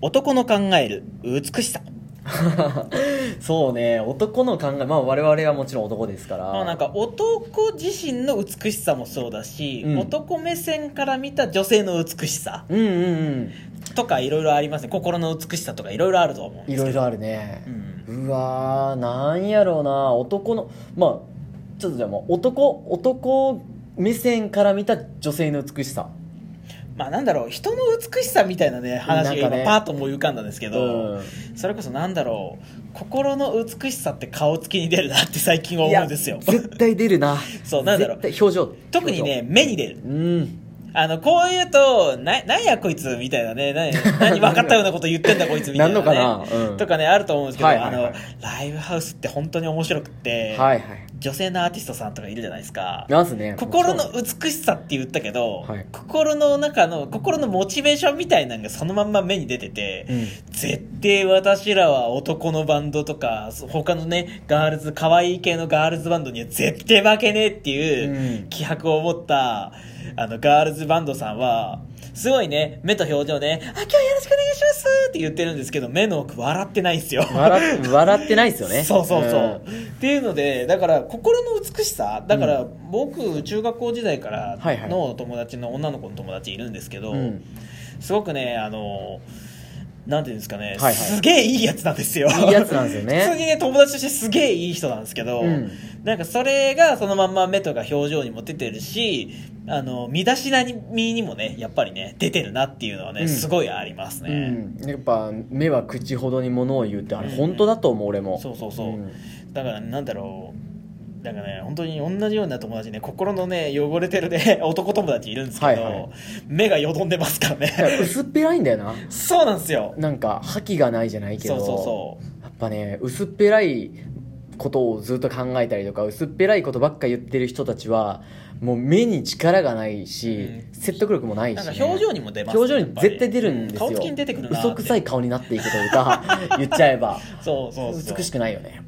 男の考える美しさ そうね男の考えまあ我々はもちろん男ですからまあなんか男自身の美しさもそうだし、うん男目線から見た女性の美しさうんうんとかいろいろありますね心の美しさとかいろいろあると思うんうんいですろけいどろあるねう、んうわーなんやろうな男のまあちょっとじゃあもう男男目線から見た女性の美しさまあなんだろう人の美しさみたいなね話がなんか今ねパーッと思い浮かんだんですけど、うんそれこそなんだろう心の美しさって顔つきに出るなって最近は思うんですよいや絶対出るな そうなんだろう絶対表情特にね目に出る表情うんあのこういうとななんやこいつみたいなね何何分かったようなこと言ってんだこいつみたいな、ね、 なんのかなうんとかねあると思うんですけど、はいはいはいあのライブハウスって本当に面白くって、はいはい女性のアーティストさんとかいるじゃないですかなんすね心の美しさって言ったけど、はい心の中の心のモチベーションみたいなのがそのまんま目に出てて、うん絶対私らは男のバンドとかそ他のねガールズ可愛い系のガールズバンドには絶対負けねえっていううん気迫を持ったあのガールズバンドさんはすごいね目と表情ね「あ今日よろしくお願いします」って言ってるんですけど目の奥笑ってないんですよ。笑って笑ってないですよねそうそうそう、っていうのでだから心の美しさだから僕中学校時代からはいはいの友達の女の子の友達いるんですけど、うんうんすごくねあのなんていうんですかね、はいはいすげえいいやつなんですよいいやつなんですよね 普通にね友達としてすげえいい人なんですけど、うんなんかそれがそのまんま目とか表情にも出てるしあの身だしなみにもねやっぱりね出てるなっていうのはね、うんすごいありますね、うん、やっぱ目は口ほどにものを言うってあれうん本当だと思う、俺もそうそうそう、んだからなんだろうだからね本当に同じような友達ね心のね汚れてるね 男友達いるんですけど、はいはい目がよどんでますからだかねら薄っぺらいんだよなそうなんですよなんか覇気がないじゃないけそどうそうそうやっぱね薄っぺらいことをずっと考えたりとか薄っぺらいことばっか言ってる人たちはもう目に力がないし、うん説得力もないしなんね、か表情にも出ます、ね、表情やっにぱり絶対出るんですよ顔つきに出てくるなって嘘くさい顔になっていくとい うか言っちゃえばそうそうそう美しくないよね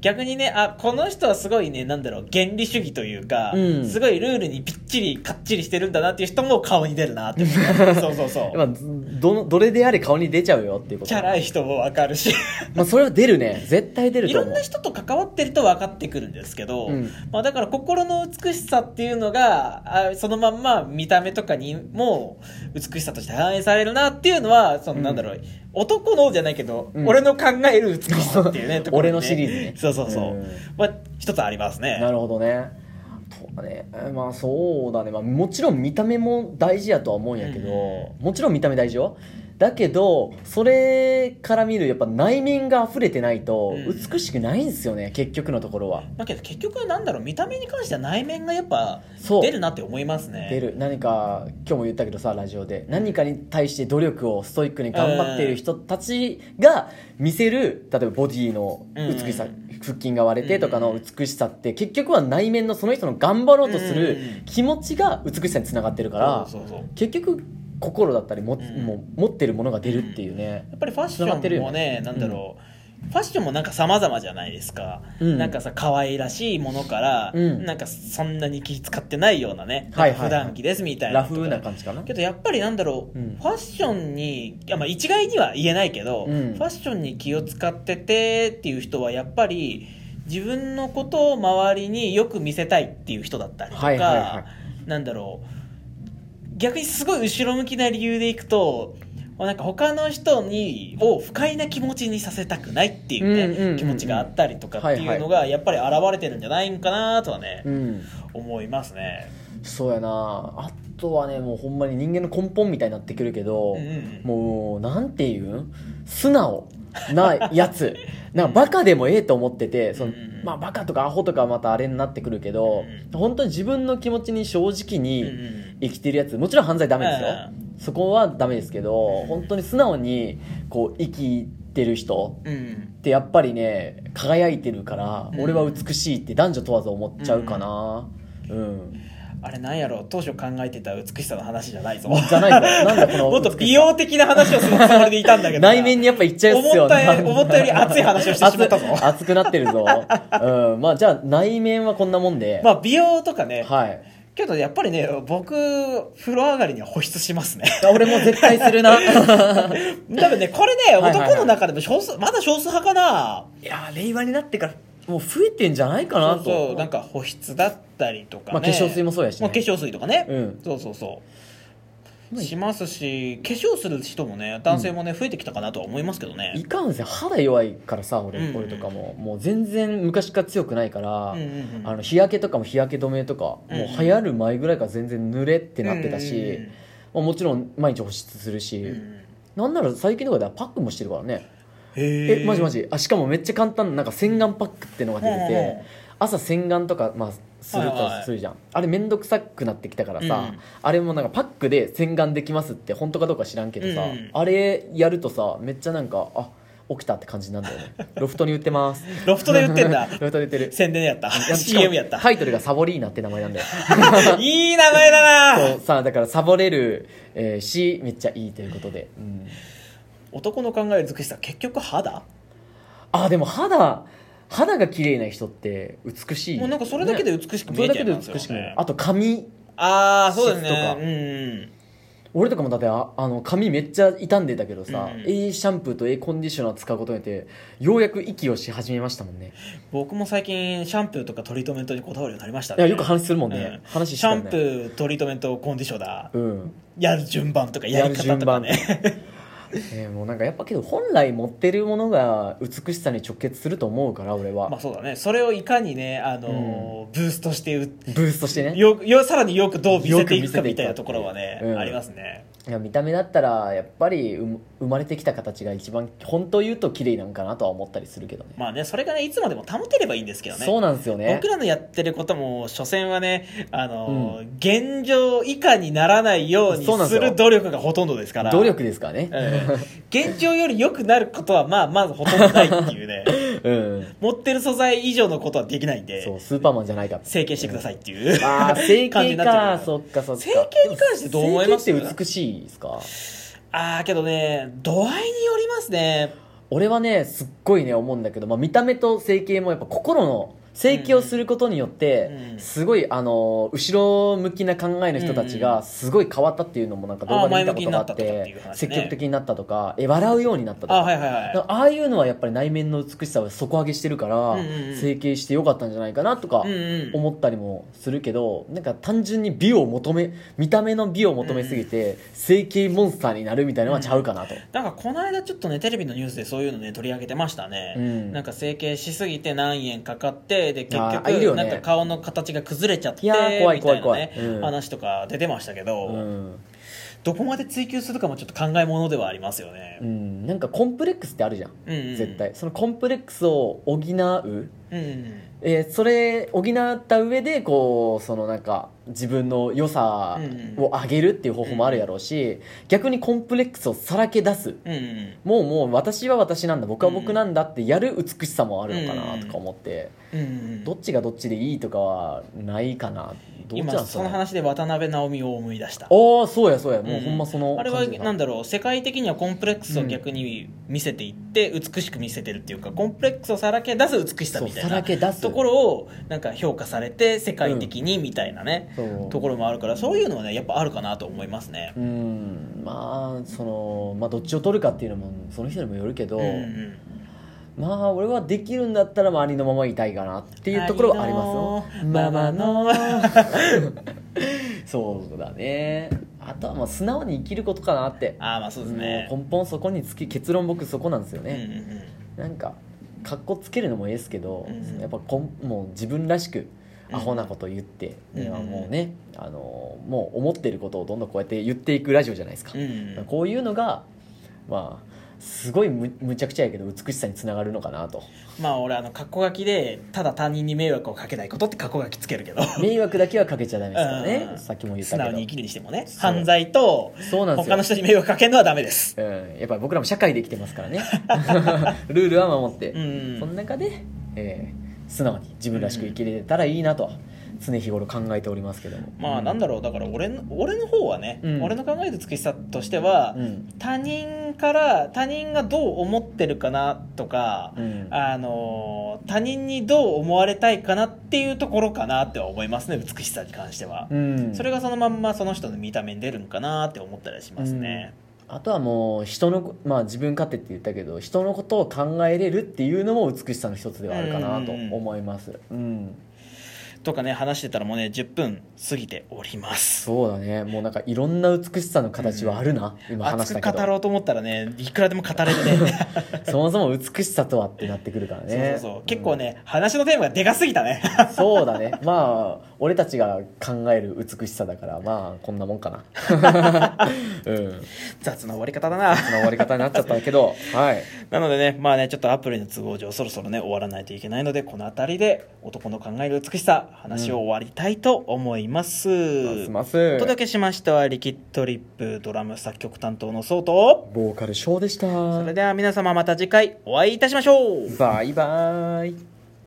逆にねあこの人はすごいねなんだろう原理主義というか、うんすごいルールにぴっちりかっちりしてるんだなっていう人も顔に出るな って思うそうそうそやうっぱずどのどれであれ顔に出ちゃうよっていうことチャラい人もわかるしまあ、それは出るね絶対出るいとろ思うんな人と関わってると分かってくるんですけど、うんまあ、だから心の美しさっていうのがあそのまんま見た目とかにも美しさとして反映されるなっていうのはそのうんなんだろう、男のじゃないけど、うん俺の考える美しさっていうねところ俺にねのシリーズねそうそうそう、うんまあ一つありますねなるほどねとかねまあそうだね、まあ、もちろん見た目も大事やとは思うんやけど、うもちろん見た目大事よだけどそれから見るやっぱ内面が溢れてないとうん美しくないんですよね、結局のところはまあ、けど結局はなんだろう見た目に関しては内面がやっぱそう出るなって思いますね出る何か今日も言ったけどさラジオで何かに対して努力をストイックに頑張っている人たちが見せる例えばボディの美しさ、うん腹筋が割れてとかうのん美しさって結局は内面のその人の頑張ろうとするうん気持ちが美しさにつながってるからそうそうそう結局心だったりも、んもう持ってるものが出るっていうねやっぱりファッシつながってるョンよもねねなんだろう、ファッションもなんか様々じゃないですか、うんなんかさ可愛らしいものから、うんなんかそんなに気使ってないようなね、はいなんはいか普はい段着ですみたいなラフな感じかなけどやっぱりなんだろう、うんファッションにいや、まあ、一概には言えないけど、うんファッションに気を使っててっていう人はやっぱり自分のことを周りによく見せたいっていう人だったりとか、はいはいはなんだろう逆にすごい後ろ向きな理由でいくとなんか他の人にを不快な気持ちにさせたくないっていうね、うんうんうんうん気持ちがあったりとかっていうのがやっぱり現れてるんじゃないんかなとはね、うん思いますね。そうやなあとはねもうほんまに人間の根本みたいになってくるけど、うんうんうんもうなんていうん素直な やつなんかバカでもええと思っててそのうんうんうんまあバカとかアホとかはまたあれになってくるけどうん本当に自分の気持ちに正直うんうにん生きてるやつもちろん犯罪ダメですようんそこはダメですけど本当に素直にこう生きてる人うんってやっぱりね輝いてるからうん俺は美しいって男女問わず思っちゃうかなうんあれなんやろう当初考えてた美しさの話じゃ ないぞじゃないぞなんだこの もっと美しさ美容的な話をするつもりでいたんだけどな内面にやっぱいっちゃうっすよ思ったより思ったより熱い話をしてしまったぞ 熱 熱くなってるぞうんまあじゃあ内面はこんなもんで、まあ美容とかね、はいけどやっぱりね僕風呂上がりには保湿します ね俺も絶対する な多分ねこれねはいはいはい男の中でも少数まだ少数派かないやー令和になってからもう増えてんじゃないかなそとうそうなんか保湿だったりとかねまあ、化粧水もそうやし、ねまあ化粧水とかね、うんそうそうそうしますし化粧する人もね男性もね増えてきたかなとは思いますけどねいかんせん肌弱いからさ俺,、うんうん俺とかももう全然昔から強くないから、うんうんうんあの日焼けとかも日焼け止めとか、うんもう流行る前ぐらいから全然濡れってなってたし、うんまあもちろん毎日保湿するし、うんうんうんなんなら最近とかではパックもしてるからねへえマジマジジあしかもめっちゃ簡単ななんか洗顔パックってのが出てて朝洗顔とか、まあ、するはいはといするじゃん、あれめんどくさくなってきたからさ、うんあれもなんかパックで洗顔できますって本当かどうか知らんけどさ、うんあれやるとさめっちゃなんかあ起きたって感じになんだ よねロフトに売ってますロフトで売ってん だロフトで売っ てる宣伝やったいやしかも CM やったタイトルがサボリーナって名前なん だよいい名前だそなうさあだからサボれる、えーしめっちゃいいということで、うん男の考える美しさ結局肌あでも肌肌が綺麗な人って美しいもうなんかそれだけで美しくそ見れえだちゃいけでますよ美しくなるねあと髪ああそうです質とかね俺とかもだってああの髪めっちゃ傷んでたけどさ、うんうん A シャンプーと A コンディショナー使うことによってようやく息をし始めましたもんねうん僕も最近シャンプーとかトリートメントにこだわるようになりましたいねやよく話するもんね、うん話してシたャよンねプートリートメントコンディショナーうんやる順番とかやり方とかやねるえーもうなんかやっぱけど本来持ってるものが美しさに直結すると思うから俺は、まあそうだねそれをいかにねあのーブーストしてうブーストしてねよよさらによくどう見せていくかよく見せていくかみたいなところはね、うんありますねいや見た目だったらやっぱりう生まれてきた形が一番本当言うと綺麗なんかなとは思ったりするけどねまあねそれがねいつまでも保てればいいんですけどねそうなんですよね僕らのやってることも所詮はねあのー、現状以下にならないようにそうなんですすよる努力がほとんどですから努力ですからね、ええ現状より良くなることはまあまずほとんどないっていうね うん、持ってる素材以上のことはできないんでそうスーパーマンじゃないか整形してくださいっていう、ああ整感じに形なっちゃうかけどそっかそっか整形に関してどう思います整形って美しいですかああけどね度合いによりますね俺はねすっごいね思うんだけど、まあ、見た目と整形もやっぱ心の整形をすることによって、うんすごいあの後ろ向きな考えの人たちがすごい変わったっていうのもなんか動画で見たことがあってあー前向きになったとかっていう話ね積極的になったとかえ笑うようになったとあかーはいはいはいだからああいうのはやっぱり内面の美しさを底上げしてるから、うんうんうん整形してよかったんじゃないかなとかうんうん思ったりもするけど、なんか単純に美を求め見た目の美を求めすぎて、整形モンスターになるみたいなのはちゃうかなと、なんかこの間ちょっとねテレビのニュースでそういうのね取り上げてましたね、うんなんか整形しすぎて何円かかってで結あーいるよ局ねなんか顔の形が崩れちゃっていやー怖いみたいな怖いね怖いうん話とか出てましたけど、うんどこまで追求するかもちょっと考えものではありますよねう、ん、なんかコンプレックスってあるじゃん、うんうんうん絶対そのコンプレックスを補う、うんうんえーそれ補った上でこうそのなんか自分の良さを上げるっていう方法もあるやろうし、逆にコンプレックスをさらけ出すうんうんもうもう私は私なんだ僕は僕なんだってやる美しさもあるのかなとか思って、うんうんどっちがどっちでいいとかはないかなどっちなん今ですそかのね話で渡辺直美を思い出したああそうやそうやもううんほんまそのあれ感はじだなんだろう世界的にはコンプレックスを逆に見せていって美しく見せてるっていうかコンプレックスをさらけ出す美しさみたそういさらなけ出すところをなんか評価されて世界的にみたいなね、そうところもあるからそういうのはねやっぱあるかなと思いますね。うんまあそのまあどっちを取るかっていうのもその人にもよるけど、うんうんまあ俺はできるんだったらまあありのままいたいかなっていうところはありますよ ありのままのそうだねあとはまあ素直に生きることかなってああまあそうですね。もう根本そこにつき結論僕そこなんですようんうんね、なんかかっこつけるのもええですけど、うんそのやっぱこんもう自分らしくうんアホなこと言って、うんではもうねあのもう思ってることをどんどんこうやって言っていくラジオじゃないですか、うんうんうんこういうのがまあすごいむむちゃくちゃやけど美しさにつながるのかなとまあ俺あのカッコ書きでただ他人に迷惑をかけないことってカッコ書きつけるけど迷惑だけはかけちゃダメですからうねんさっきも言っ素た直けどに生きるにしてもねそう犯罪とそうなんです他よの人に迷惑かけるのはダメです。うん、やっぱり僕らも社会で生きてますからね ルールは守って、うんその中で、えー素直に自分らしく生きれたらいいなと、常日頃考えておりますけどもまあなんだろうだから俺の俺の方はね、うん俺の考える美しさとしては、うん他人から他人がどう思ってるかなとか、うんあのー他人にどう思われたいかなっていうところかなっては思いますね美しさに関しては、うんそれがそのまんまその人の見た目に出るんかなって思ったりしますね、あとはもう人のまあ自分勝手って言ったけど人のことを考えれるっていうのも美しさの一つではあるかなと思いますうんとかね話してたらもうね10分過ぎておりますそうだねもうなんかいろんな美しさの形はあるな、今話熱したくけ語ろどうと思ったらねいくらでも語れる ねそもそも美しさとはってなってくるからねそうそうそう結構ね、話のテーマがでかすぎたねうんそうだね まあ俺たちが考える美しさだからまあこんなもんかなうん 雑な終わり方だなその終わり方になっちゃったけどはいなのでね、まあね、ちょっとアプリの都合上、そろそろね、終わらないといけないので、この辺りで男の考える美しさ、話を終わりたいと思います。ますまおす届けしましたは、リキッドリップドラム作曲担当のソウと、ボーカルショーでしたそれでは皆様また次回お会いいたしましょうバイバイ